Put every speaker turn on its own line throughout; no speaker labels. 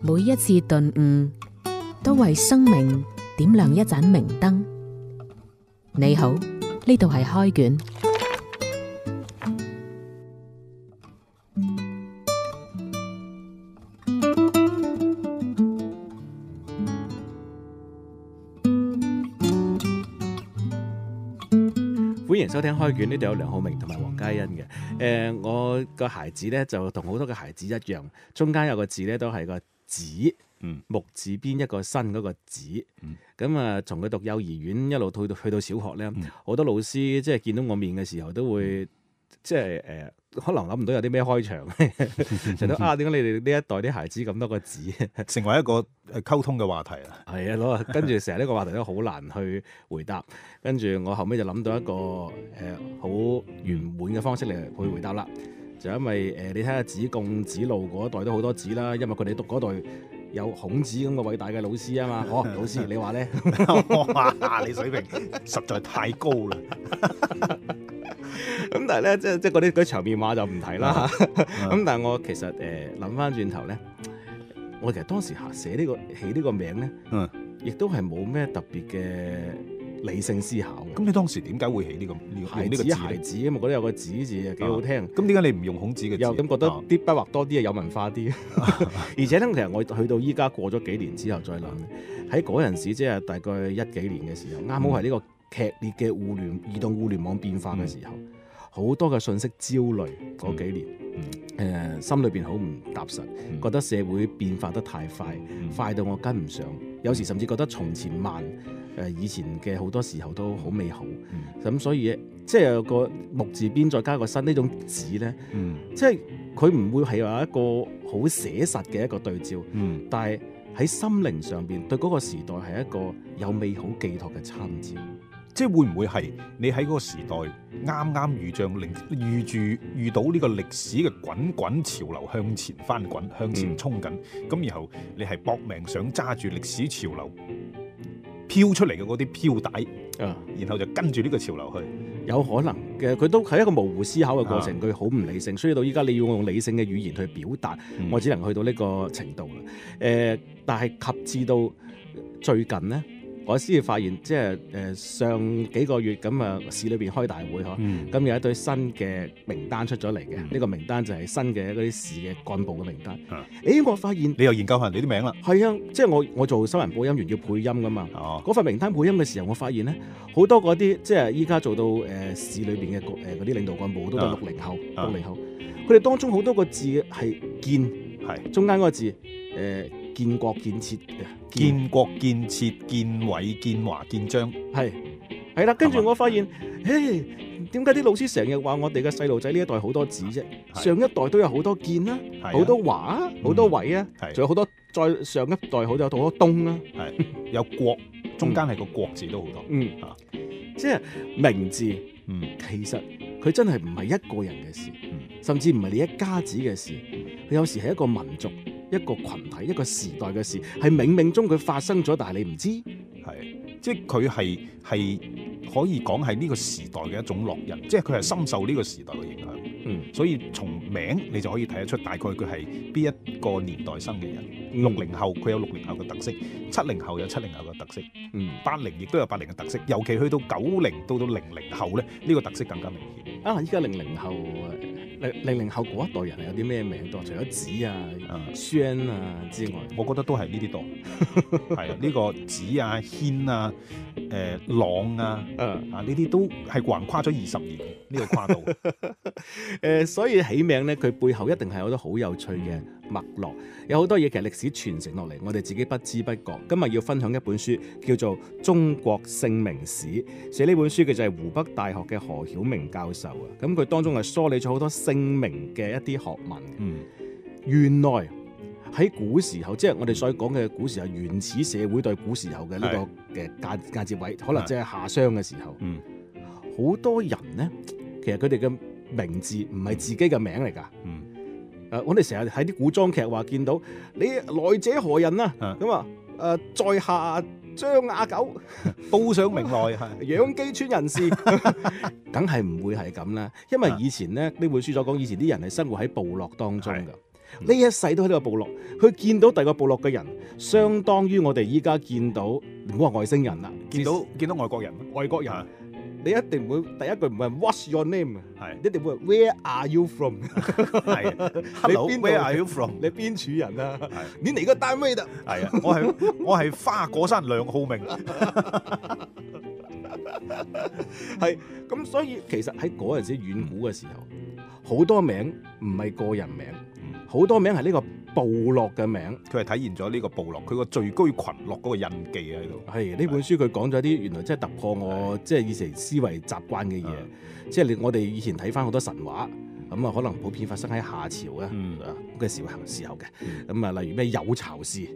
每一次頓悟，都為生命點亮一盞明燈。你好，呢度係開卷。
歡迎收聽開卷，呢度有梁浩明同埋黃嘉欣嘅。誒、我個孩子咧就同好多嘅孩子一樣，中間有個字咧都係個子，
嗯
木字邊一個新嗰個子
嗯。
咁啊、從佢讀幼兒園一路到去到小學咧
嗯，
好、多老師即係見到我面嘅時候都會即係誒、呃可能諗唔到有啲咩開 場， 成日都啊點解你哋呢一代啲孩子咁多個子？
成為一個誒溝通嘅話題啦。
係啊，攞啊，跟住成日呢個話題都好難去回答。跟住我後尾就諗到一個誒好、圓滿嘅方式嚟去回答啦。就因為誒、呃你睇下子貢、子路嗰一代都好多子啦，因為佢哋讀嗰代有孔子咁嘅偉大嘅老師啊嘛。哦，老師你話咧？
哇！你水平實在太高啦。
咁但係咧，即係即係嗰啲嗰啲場面話就唔提啦。咁
咁
但係我其實誒諗翻轉頭咧，我其實當時嚇寫呢、個起呢個名咧，
嗯
亦都係冇咩特別嘅理性思考嘅
咁你當時點解會起呢個呢個
孩
用呢個
子
字
孩
呢？
子咁，我覺得有個子字啊幾好聽，
咁點解你唔用孔子嘅字？
又咁覺得
啊
啲筆畫多啲啊，有文化啲。 而且咧，其實我去到依家過咗幾年之後再諗，喺嗰陣時即係大概一幾年嘅時候，啱
嗯
好係呢個劇烈嘅互聯移動互聯網變化嘅時候，
嗯
好、多嘅信息焦慮嗰幾年，誒、心裏邊好唔踏實，
嗯
覺得社會變化得太快，
嗯
快到我跟唔上，有時甚至覺得從前慢。誒以前嘅好多時候都好美好，咁、
嗯
所以即係有個木字邊再加個新呢種字呢，
嗯
即係佢唔會係話一個好寫實嘅一個對照，
嗯
但係喺心靈上邊對嗰個時代係一個有美好寄託嘅參照。
即係會唔會係你喺嗰個時代啱啱遇上令遇住遇到呢個歷史嘅滾滾潮流向前翻滾向
嗯
前衝緊，咁、然後你係搏命想揸住歷史潮流飄出嚟嘅嗰啲飄帶，
啊，
然後就跟住呢個潮流去。
有可能嘅，佢都係一個模糊思考嘅過程，佢好唔理性，所以到依家你要用理性嘅語言去表達，
嗯
我只能去到呢個程度啦。誒、但係及至到最近呢，我先至發現，即係誒、上幾個月咁啊，市裏邊開大會呵，
嗯
咁、有一堆新嘅名單出咗嚟嘅，呢、
嗯
個名單就係新嘅嗰啲市嘅幹部嘅名單
啊。
誒、我發現
你又研究下人哋啲名啦。
係啊，即係我我做收人播音員要配音噶嘛。
哦，
嗰份名單配音嘅時候，我發現咧好多嗰啲即係依家做到誒、呃市裏邊嘅局誒嗰啲領導幹部，好多都係
啊
六零後、
啊
六零後，佢哋當中好多個字係建，
係
中間嗰個字誒、呃建國建設建
建國、建設、建偉、建華、建章。
係係啦。跟
係
住
嘛
我發現，誒點解啲老師成日話我哋嘅細路仔呢一代好多字啫？
係
上一代都有好多建啦、
係啊
好多華啊、好多偉啊，
係
仲有好多再上一代好多好多啊東啦、
有國，中間係個國字都好多。
嗯
啊，
即係名字。
嗯
其實佢真係唔係一個人嘅事，
嗯
甚至唔係你一家子嘅事，佢有時係一個民族、一個群體、一個時代嘅事，係冥冥中佢發生咗，但係你唔知。
係，即係佢係係可以講係呢個時代嘅一種烙印，即係佢係深受呢個時代嘅影響。
嗯，
所以從名你就可以睇得出大概佢係邊一個年代生嘅人。
六
六零後佢有六零後嘅特色，七零後有七零後嘅特色，
嗯
八零亦都有八零嘅特色，尤其去到九零到到零零後咧，呢、個特色更加明顯。
啊，依家零零後呃零零零後嗰一代人係有啲咩名多？除咗子啊、
啊
宣啊之外，
我覺得都係呢啲 多，係啊，呢個子啊、軒啊、誒、朗啊
啊
啊呢啲都係橫跨咗二十年呢、個 跨度，
誒、呃所以起名咧，佢背後一定係有好多好有趣嘅脈絡，有好多嘢其實歷史傳承落嚟，我哋自己不知不覺。今日要分享一本書，叫做《中國姓名史》，寫呢本書嘅就係湖北大學嘅何曉明教授啊。咁佢當中係梳理咗好多姓名嘅一啲學問。
嗯，
原來喺古時候，即係我哋所講嘅古時候原始社會對古時候嘅呢個嘅間間接位，可能即係夏商嘅時候，
嗯
好多人呢，其實佢哋嘅名字唔係自己嘅名嚟㗎。
嗯
誒、我哋成日喺啲古裝劇話見到你來者何人啊？
啊
咁啊，誒、在下張亞九，
都想明來 係，
楊箕村人士， 梗係唔會係咁啦。因為
啊
以前咧，呢本書所講，以前啲人係生活喺部落當中㗎
係。
呢一世都喺呢個部落，佢見到第二個部落嘅人，相當於我哋依家見到唔好話外星人啦，
見到見到外國人，外國人
啊你一定會第一句唔係 What's your name
係
一定會 Where are you from？
係 啊 Hello
邊度
where are you from？
你邊處人啊？
係
你嚟個單位的？
係啊，我係我係花果山梁浩明，
咁所以其實喺嗰陣時遠古嘅時候，好多名唔係個人名
嗯，
好多名係呢個部落嘅名。
佢係體現咗呢個部落佢個聚居群落嗰個印記啊喺度。
係呢本書佢講咗啲原來真係突破我即係以前思維習慣嘅嘢，
啊
即係你我哋以前睇翻好多神話，咁啊可能普遍發生喺夏朝啊
嗯
啊嘅時候時候嘅，咁啊例如咩有巢氏，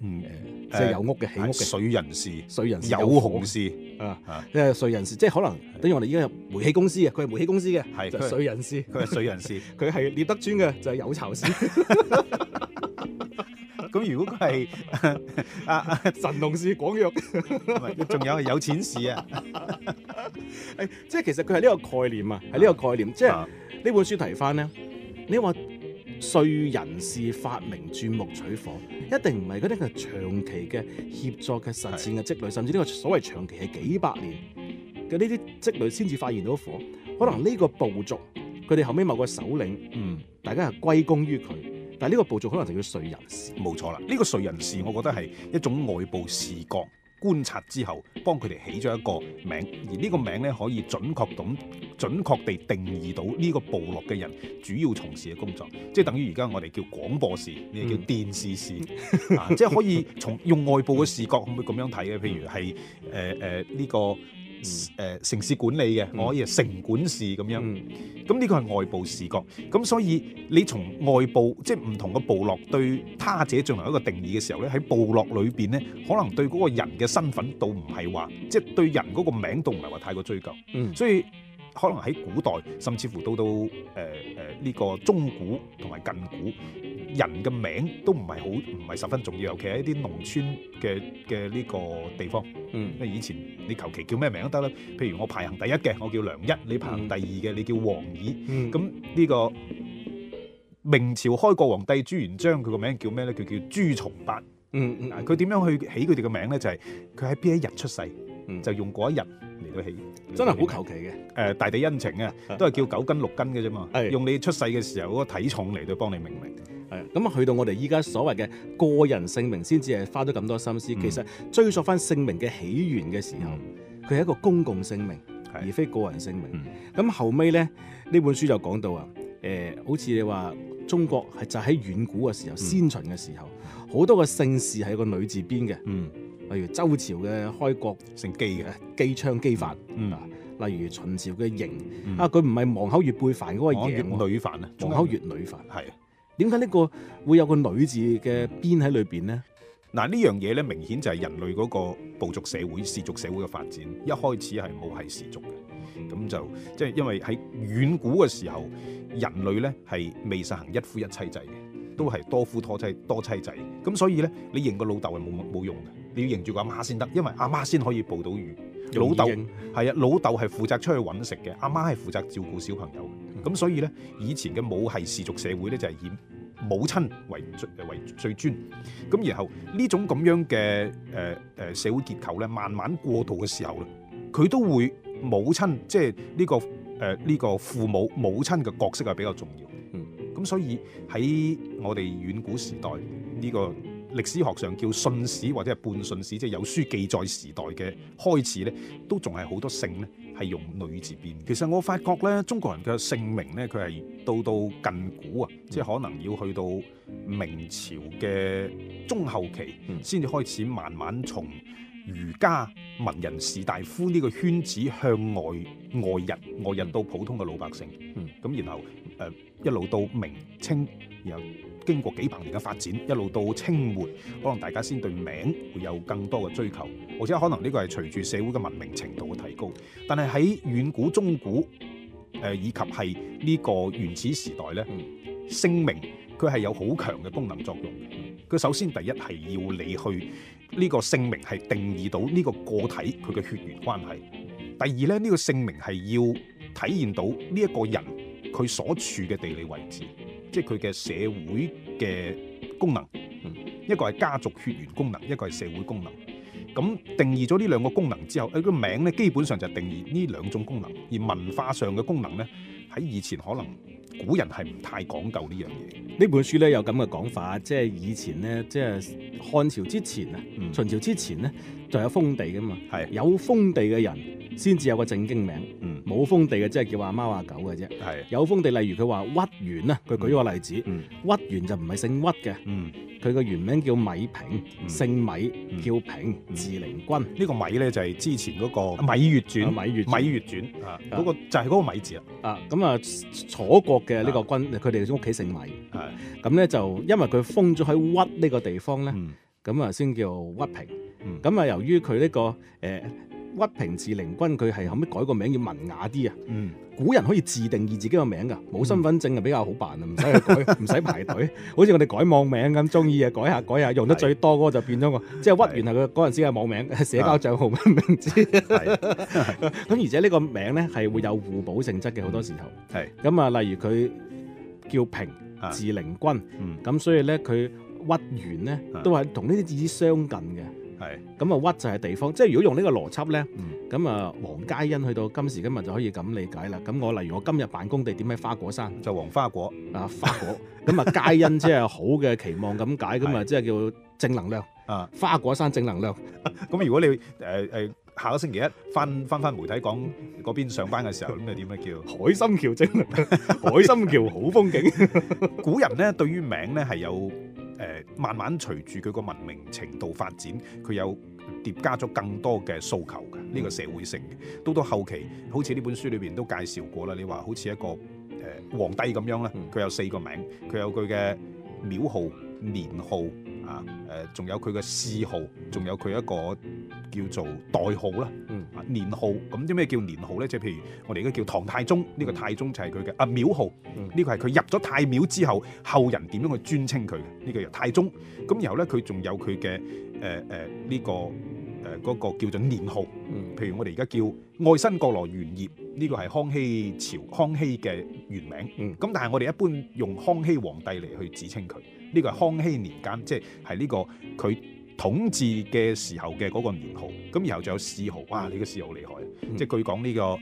嗯，
即係有屋嘅起屋嘅，
水人士。
水人氏
有
火
紅事，
啊
啊，
即係水人士，即係可能等於我哋依家有煤氣公司啊嘅，佢係煤氣公司嘅，
係
就
佢係
水人士，
佢係水人士。
佢係獵德村嘅就係有 巢氏
咁如果佢係 啊啊，
神農氏廣藥，
唔係 仲有係有錢士啊，
誒即係其實佢係呢個概念啊，係呢個概念，即係。
啊
呢本書提翻呢，你話燧人氏發明鑽木取火，一定唔係嗰啲係長期嘅協作嘅實踐嘅積累，甚至呢個所謂長期係幾百年嘅呢啲積累先至發現到火。可能呢個部族佢哋後尾某個首領，
嗯。
大家係歸功於佢，但係呢個部族可能就叫燧人氏。
冇錯啦，呢、個睡人士，我覺得係一種外部視覺觀察之後，幫佢哋起咗一個名，而呢個名呢，可以準確咁準確地定義到呢個部落嘅人主要從事嘅工作，即係等於而家我哋叫廣播士，你哋叫
嗯
電視士， 啊即係可以從用外部嘅視覺可唔可以咁樣睇嘅？譬如係誒誒呢個誒、城市管理嘅，
嗯
我可以係城管士咁樣。
嗯
咁呢個係外部視覺，咁所以你從外部即係唔同嘅部落對他者進行一個定義嘅時候咧，喺部落裏邊咧，可能對嗰個人嘅身份度唔係話，即係對人嗰個名度唔係話太過追究，
嗯
所以可能喺古代，甚至乎到到誒誒呢個中古同埋近古，人嘅名都唔係好唔係十分重要，尤其係一啲農村嘅嘅呢個地方。
嗯
因為以前你求其叫咩名都得啦，譬如我排行第一嘅，我叫梁一；你排行第二嘅，你叫王爾。
嗯
咁呢個明朝開國皇帝朱元璋佢個名叫咩咧？佢叫朱重八。
嗯嗯
嗱，佢點樣去起佢哋嘅名咧？就係佢喺邊一日出世，
嗯
就用嗰一日嚟到起。
真係好求其嘅。
誒、大地恩情啊，都係叫九斤六斤嘅啫嘛
係，
用你出世嘅時候嗰個體重嚟到幫你命名。
係咁啊，去到我哋依家所謂嘅個人姓名，先至係花咗咁多心思。
嗯
其實追溯翻姓名嘅起源嘅時候，佢係一個公共姓名，
係
而非個人姓名
嗯。
咁、後尾咧，呢本書就講到啊，誒、好似你話中國係就喺遠古嘅時
嗯
候，先秦嘅時候，好多個姓氏係有個女字邊嘅，
嗯，
例如周朝嘅開國
姓姬嘅
嘅，姬昌姬發，
嗯
啊，例如秦朝嘅嬴，
嗯
啊，佢唔係黃口月背凡嗰個
王
嬴喎，
女凡啊，
黃口月女凡。
係。
點解呢個會有個女字嘅邊喺裏邊呢？
嗱呢樣嘢咧，明顯就係人類嗰個部族社會、氏族社會嘅發展，一開始係冇係氏族嘅，咁就即係因為喺遠古嘅時候，人類咧係未實行一夫一妻制嘅，都係多夫多妻多妻制，咁所以咧你認個老豆係冇冇用嘅，你要認住個阿媽先得，因為阿媽先可以捕到魚，老
容
豆
易認
係啊，老豆係負責出去揾食嘅，阿媽係負責照顧小朋友嘅。咁所以呢，以前嘅母系氏族社會呢，就係以母親為最為最尊。咁然後呢種咁樣嘅誒誒社會結構呢，慢慢過渡嘅時候呢，佢都會母親即係呢個誒呢、個父母母親嘅角色係比較重要。
嗯，
咁所以喺我哋遠古時代呢、個。歷史學上叫信史或者係半信史，即係有書記載時代嘅開始呢，都仲係好多姓呢係用女字邊。其實我發覺呢，中國人嘅姓名呢，佢係到到近古啊，
嗯
即係可能要去到明朝嘅中後期
嗯，
先至開始慢慢從儒家文人士大夫呢個圈子向外外人，外人到普通嘅老百姓。
嗯
咁然後誒、呃一路到明清，然後經過幾百年嘅發展，一路到清末，可能大家先對名會有更多嘅追求，或者可能呢個係隨住社會嘅文明程度嘅提高。但係喺遠古、中古，誒、以及係呢個原始時代咧，姓名佢係有好強嘅功能作用嘅。佢首先第一係要你去呢、個姓名係定義到呢個個體佢嘅血緣關係。第二咧，呢、個姓名係要體現到呢一個人佢所處嘅地理位置。即係佢嘅社會嘅功能
嗯，
一個係家族血緣功能，一個係社會功能。咁定義咗呢兩個功能之後，誒個名咧基本上就定義呢兩種功能，而文化上嘅功能咧喺以前可能古人係唔太講究呢樣嘢。
呢本書咧有咁嘅講法，即係以前咧，即係漢朝之前啊，
嗯
秦朝之前咧就有封地噶嘛，
係
有封地嘅人先至有個正經名，
嗯
冇封地嘅即係叫阿貓阿狗嘅啫。
係
有封地，例如佢話屈原啊，佢舉咗個例子，
嗯
屈原就唔係姓屈嘅，
嗯
佢個原名叫米平，
嗯
姓米
嗯
叫平，
嗯
字靈君。
呢個米咧就係之前嗰個米月傳。
啊米月
米月傳啊，嗰個就係嗰個米字啦，
啊，咁啊，楚國嘅呢個君，佢哋屋企姓米，
係
咁咧就因為佢封咗喺屈呢個地方咧，
嗯
咁啊先叫屈平。
嗯
咁啊，由於佢呢、個誒、呃屈平字靈君，佢係後尾改個名要文雅啲啊。
嗯
古人可以自定義自己個名㗎，冇身份證啊比較好辦啊，唔使去改，唔使排隊。好似我哋改網名咁，中意啊改下改下，用得最多嗰個就變咗個，即係屈原係佢嗰陣時嘅網名， 社交帳號名字。
係
咁而且呢個名咧係會有互補性質嘅，好多時候。
嗯係
咁啊，例如佢叫平
啊
字靈君，
嗯
咁所以咧佢屈原咧
啊
都係同呢啲字相近嘅。
係
咁啊屈就係地方，即係如果用呢個邏輯咧
嗯，
咁啊黃佳欣去到今時今日就可以咁理解啦。咁我例如我今日辦公地點喺花果山
就黃花果
啊花果， 咁啊佳欣即係好嘅期望咁解，咁啊即係叫正能量，
啊，
花果山正能量。
咁如果你誒誒、下個星期一翻翻翻媒體講嗰邊上班嘅時候，咁你點咧叫？
海心橋正能 量，海心橋好風景。
古人咧對於名咧係有誒、慢慢隨住佢個文明程度發展，佢有疊加咗更多嘅訴求嘅
嗯
呢、個社會性嘅。到到後期，好似呢本書裏邊都介紹過啦，你話好似一個誒、皇帝咁樣啦
嗯，
佢有四個名，佢有佢嘅廟號、年號啊，誒、仲有佢嘅諡號，仲有佢一個叫做代號啦。
嗯
啊年號，咁啲咩叫年號咧？即係譬如我哋而家叫唐太宗，呢、個太宗就係佢嘅啊廟號，
嗯
呢、個係佢入咗太廟之後，後人點樣去尊稱佢嘅？呢、個叫太宗。咁然後咧，佢仲有佢嘅誒誒呃呢個誒嗰、個叫做年號，
嗯
譬如我哋而家叫愛新覺羅玄燁，呢、個係康熙朝康熙嘅原名。咁、
嗯
但係我哋一般用康熙皇帝嚟去指稱佢，呢、個係康熙年間，即係係呢個佢統治嘅時候嘅嗰個年號。咁然後仲有諡號，哇！你個諡號厲害，啊
嗯
即係據講呢、個。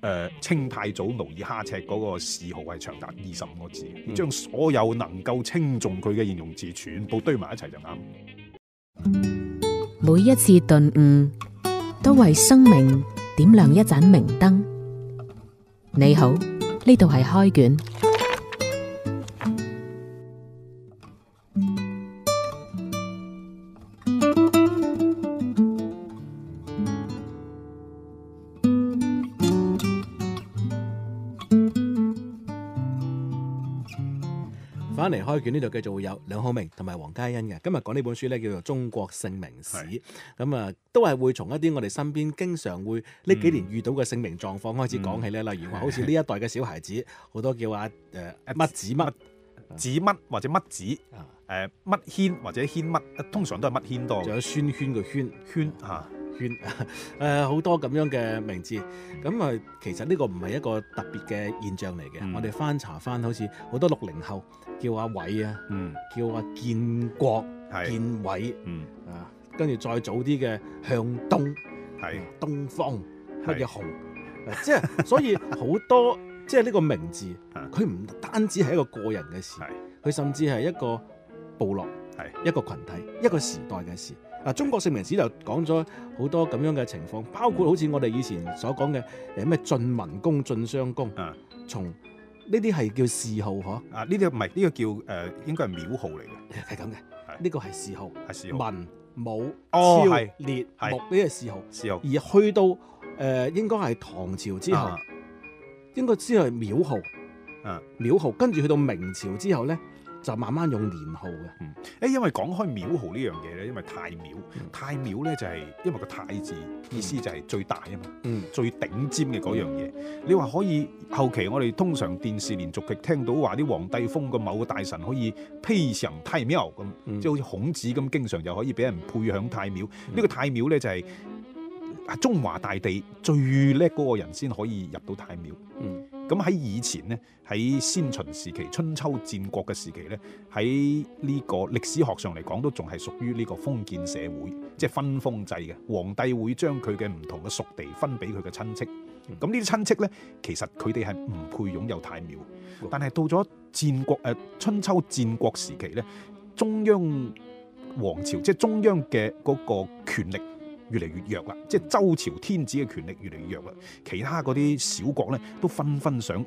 誒、清太祖努爾哈赤嗰個諡號係長達二十五個字，
嗯
將所有能夠稱重佢嘅形容詞全部堆埋一齊就啱。
每一次頓悟，都為生命點亮一盞明燈。你好，呢度係開卷。
翻嚟開卷呢度繼續會有梁浩明同埋黃嘉欣嘅，今日講呢本書咧叫做《中國姓名史》，咁啊都係會從一啲我哋身邊經常會呢幾年遇到嘅姓名狀況開始講起咧，例如話好似呢一代嘅小孩子好多叫啊誒乜子乜
子乜或者乜子，誒、
啊，
乜軒或者軒乜，呃通常都係乜軒多
仲
嘅。
有宣圈個圈
軒啊，
圈 誒好多咁樣嘅名字，咁啊其實呢個唔係一個特別嘅現象嚟嘅，
嗯
我哋翻查翻好似好多六零後叫阿偉啊，
嗯，
叫阿建國、
係，
建偉。
嗯，
啊，跟住再早啲嘅向東，嗯
係，
東方乜
係
嘢紅，啊即係所以好多 即係呢個名字
啊，
佢唔單止係一個個人嘅事
係，
佢甚至係一個部落、
係
一個群體、一個時代嘅事。嗱，中國姓名史就講咗好多咁樣嘅情況，包
嗯
括好似我哋以前所講嘅誒咩晉文公、晉襄公，
啊
從呢啲係叫諡號嗬，
啊，呢啲唔係呢個叫誒、應該係廟號嚟嘅，
係咁嘅，
係
呢個係諡號，
係諡號，
文武
哦
超
係
列
係
木呢個諡號。
諡號
而去到誒、呃、應該係唐朝之後，
啊
應該之後係廟號，
啊
廟號跟住去到明朝之後咧，就慢慢用年號嘅。
誒，因為講開廟號呢樣嘢咧，因為太廟
嗯，
太廟咧就係、因為個太字意思就係最大啊嘛，
嗯
最頂尖嘅嗰樣嘢。你話可以後期我哋通常電視連續劇聽到話啲皇帝封個某個大臣可以披上太廟咁，
嗯
即係好似孔子咁，經常就可以俾人配享太廟。呢、個太廟咧就係、啊中華大地最叻嗰個人先可以入到太廟。
嗯
咁喺以前呢，喺先秦時期、春秋戰國嘅時期呢，喺呢個歷史學上嚟講，都仲係屬於呢個封建社會，即係分封制嘅。皇帝會將佢嘅唔同嘅屬地分俾佢嘅親戚。咁呢啲親戚呢，其實佢哋係唔配擁有太廟，但係到咗戰國誒、呃春秋戰國時期呢，中央王朝即係中央嘅嗰個權力越嚟越弱啦，即係周朝天子嘅權力越嚟越弱啦。其他嗰啲小國咧都紛紛想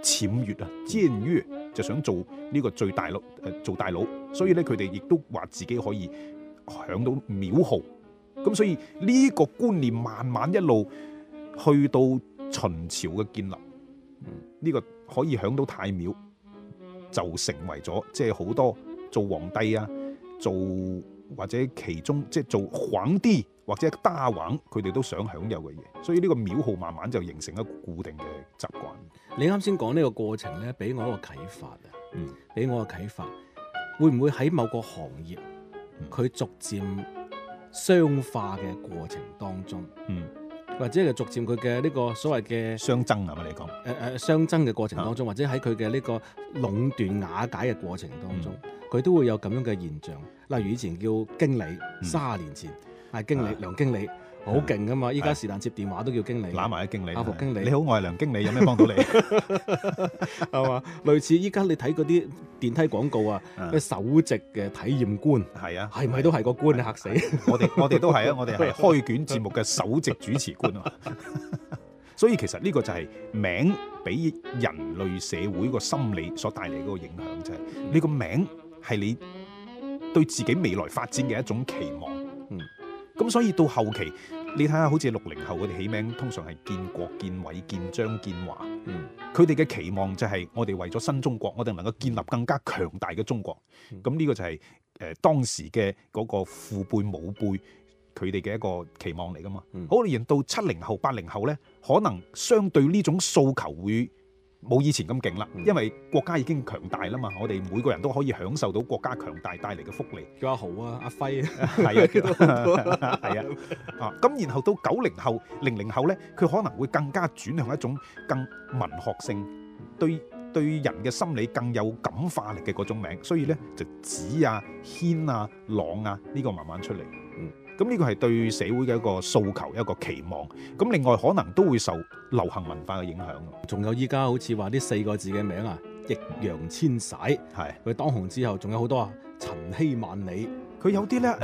僭越啊，僭越就想做呢個最大佬，誒、呃做大佬，所以咧佢哋亦都話自己可以享到廟號，咁所以呢個觀念慢慢一路去到秦朝嘅建立，呢、個可以享到太廟就成為咗即係好多做皇帝啊，做或者其中即係做皇帝或者打橫，佢哋都想享有嘅嘢，所以呢個廟號慢慢就形成一個固定嘅習慣。
你啱先講呢個過程咧，俾我一個啟發啊！
嗯，
俾我嘅啟發，會唔會喺某個行業
嗯
佢逐漸商化嘅過程當中，
嗯，
或者係逐漸佢嘅呢個所謂嘅
相爭啊嘛，你講，
誒誒呃相爭嘅過程當中，或者喺佢嘅呢個壟斷瓦解嘅過程當中，佢、都會有咁樣嘅現象。例如以前叫經理，三十年前係經理
啊
梁經理好勁噶嘛，依家是但接電話都叫經理，
揦埋啲經理，
阿馮經理
你好，我係梁經理，有咩幫到你？
係嘛？類似依家你睇嗰啲電梯廣告啊，
啊
咩首席嘅體驗官。
係啊，
係咪都係個官啊？嚇死！
我哋我哋都係啊，我哋係開卷節目嘅首席主持官啊。 所以其實呢個就係名俾人類社會個心理所帶嚟嗰個影響，就係、你個名係你對自己未來發展嘅一種期望。
嗯，
咁所以到後期，你睇下好似六零後佢哋起名通常係建國、建偉、建章、建華。
嗯
佢哋嘅期望就係我哋為咗新中國，我哋能夠建立更加強大嘅中國
嗯。
咁呢個就係、誒、當時嘅嗰個父輩母輩佢哋嘅一個期望嚟噶嘛。
嗯
好，然到七零後、八零後呢，可能相對呢種訴求會冇以前咁勁啦
嗯，
因為國家已經強大啦嘛，我哋每個人都可以享受到國家強大帶嚟嘅福利。
叫阿豪啊，阿輝啊，
係啊， 係
係
啊，啊咁然後到九零後、零零後呢，佢可能會更加轉向一種更文學性，對對人嘅心理更有感化力嘅嗰種名，所以呢，就子啊、軒啊、朗啊呢、個慢慢出嚟
嗯。
咁呢個係對社會嘅一個訴求、一個期望。咁另外可能都會受流行文化嘅影響，
仲有依家好似話呢四個字嘅名啊，易烊千璽。
係
佢當紅之後，仲有好多啊，陳希萬里。
佢有啲咧，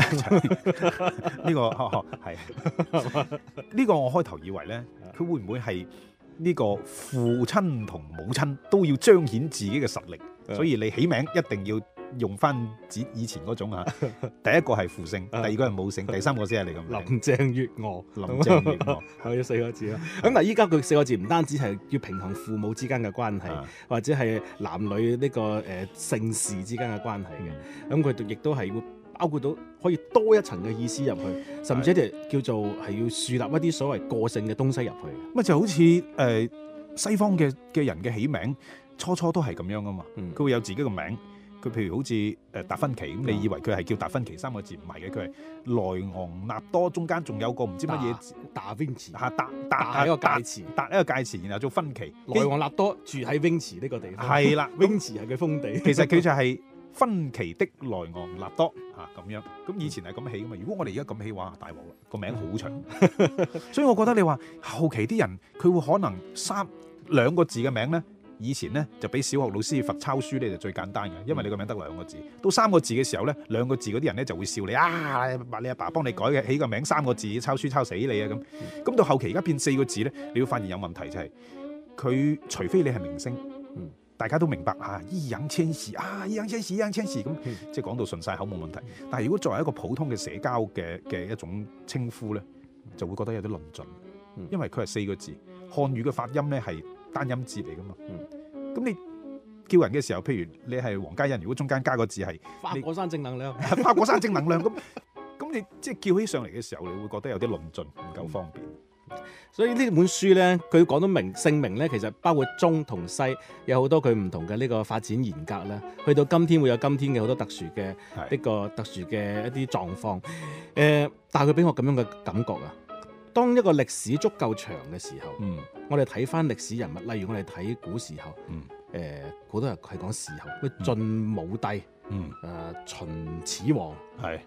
呢個哦係啊呢個我開頭以為咧，佢會唔會係呢個父親同母親都要彰顯自己嘅實力，
嗯
所以你起名一定要用翻以以前嗰 種啊，第一個係父姓，第
嗯
二個係母姓，第三個先係你咁名。
林鄭月娥，
啊林鄭月 娥
係呢四個字啦。咁但係依家佢四個字唔單止係要平衡父母之間嘅關係，
啊
或者係男女呢、個誒、呃姓氏之間嘅關係嘅。
嗯
咁佢亦都係會包括到可以多一層嘅意思入去，甚至係叫做呃係要樹立一啲所謂個性嘅東西入去。
啊咪就好似誒、呃西方嘅嘅人嘅起名，初初都係咁樣噶嘛。
嗯
佢會有自己嘅名，佢譬如好似誒達芬奇咁，
嗯
你以為佢係叫達芬奇三個字，唔係嘅，佢係萊昂納多，中間仲有個唔知乜嘢字
打 wing 池，
嚇達
啊打
達
一個介
達
詞。
達一個介詞，然後做芬奇，
萊昂納多住喺 wing 池呢個地方，
係啦
wing 池係佢封 地。
其實佢就係芬奇的萊昂納多啊咁樣。咁以前係咁起噶嘛，如果我哋而家咁起嘅話，大鑊啦，個名好長。 所以我覺得你話後期啲人佢會可能三兩個字嘅名呢。以前呢，就俾小學老師罰抄書呢，就最簡單嘅，因為你個名得兩個字。到三個字嘅時候呢，兩個字嗰啲人呢就會笑你啊，你阿爸幫你改嘅，起個名三個字，抄書抄死你啊咁。咁到後期而家變四個字呢，你會發現有問題就係、佢除非你係明星，
嗯
大家都明白啊，易烊千璽啊，易烊千璽，易烊千璽咁
嗯，
即係講到順晒口冇問題。但係如果作為一個普通嘅社交嘅嘅一種稱呼呢，就會覺得有啲論盡
嗯，
因為佢係四個字，漢語嘅發音呢係單音字嚟噶嘛。咁你叫人嘅時候，譬如你係黃嘉欣，如果中間加個字 係
花果山正能量。
花果山正能量咁，咁你即係叫起上嚟嘅時候，你會覺得有啲論盡，唔夠方便。
所以呢本書呢，佢講到明姓名呢，其實包括中同西，有好多佢唔同嘅呢個發展嚴格啦。去到今天會有今天嘅好多特殊嘅呢
係
個特殊嘅一啲狀況。誒、但係佢俾我咁樣嘅感覺啊，當一個歷史足夠長嘅時候，
嗯
我哋睇翻歷史人物，例如我哋睇古時候，
嗯
誒好、多人係講時候，咩晉武帝、誒、
嗯，
秦始皇，
係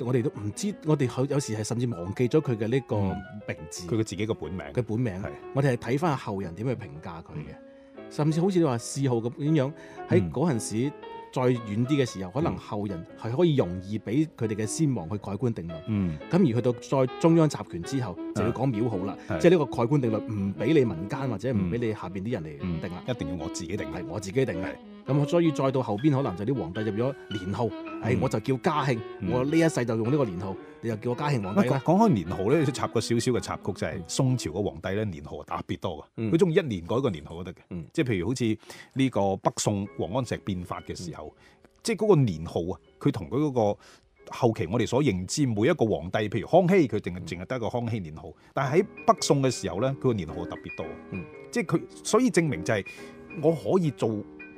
我哋都唔知，我哋有有時係甚至忘記咗佢嘅呢個
嗯
名字。
佢嘅自己嘅本名。
嘅本名
係，
我哋係睇翻後人點去評價佢嘅，甚至好似你話嗜好咁樣，喺
嗯
嗰陣時再遠啲嘅時候，可能
嗯
後人係可以容易俾佢哋嘅先王去改觀定律。
嗯
咁而去到再中央集權之後，就要講廟號啦，
係
即係呢個改觀定律唔俾你民間或者唔
嗯
俾你下邊啲人嚟
嗯，
定啦，
一定要我自己定
係
嘅。
我自己定嘅。咁所以再到後邊可能就啲皇帝入咗年號，誒
嗯
我就叫嘉慶，
嗯
我呢一世就用呢個年號，你就叫我嘉慶皇
喂
帝
講
啦。
講開年號咧，插個少少嘅插曲就係宋朝嘅皇帝咧，年號特別多嘅，
嗯
佢中意一年改一個年號都得嘅
嗯。
即係譬如好似呢個北宋王安石變法嘅時候，
嗯
即係嗰個年號啊，佢同佢嗰個後期我哋所認知每一個皇帝，譬如康熙，佢淨
嗯
係淨係得一個康熙年號，但係喺北宋嘅時候咧，佢個年號特別多。
嗯
即係佢，所以證明就係我可以做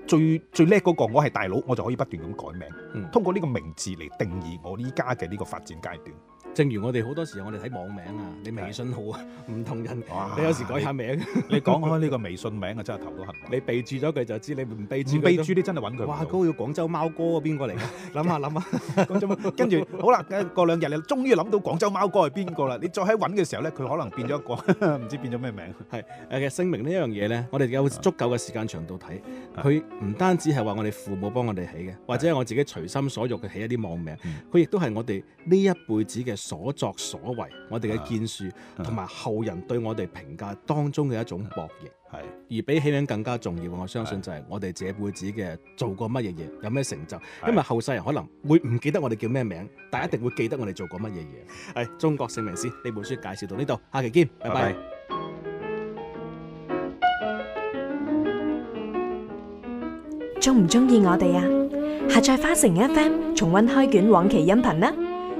最最叻嗰個，我係大佬，我就可以不斷咁改名，
嗯
通過呢個名字嚟定義我依家嘅呢個發展階段。
正如我哋好多時候我哋睇網名啊，你微信號啊，唔同人
哇
你有時改下名，
你講開呢個微信名啊，真係頭都痕。
你備註咗佢就知，你唔備註
唔
佢
備
都
註，你真係揾佢唔到。
哇！嗰個叫廣州貓哥啊，邊個 嚟㗎？諗下諗下，
咁 就跟住好啦，過兩日你終於諗到廣州貓哥係邊個啦。你再喺揾嘅時候咧，佢可能變咗一個唔知變咗咩名。
誒其實姓名呢一樣嘢咧，我哋有足夠嘅時間長度睇，
係
佢唔單止係話我哋父母幫我哋起嘅，或者係我自己隨心所欲嘅起一啲網名
嗯，
佢亦都係我哋呢一輩子嘅所作所為，我哋嘅建樹同埋後人對我哋評價當中嘅一種博弈。
係
而比起名更加重要，我相信就嗯係我哋這輩子嘅做過乜嘢嘢，有咩成就。因為後世人可能會唔記得我哋叫咩名，但一定會記得我哋做過乜嘢嘢。係《中國姓名史》呢本書介紹到呢度，下期見，拜拜
拜拜
中唔中意我哋啊？下載花城 FM 重温開卷往期音頻啦！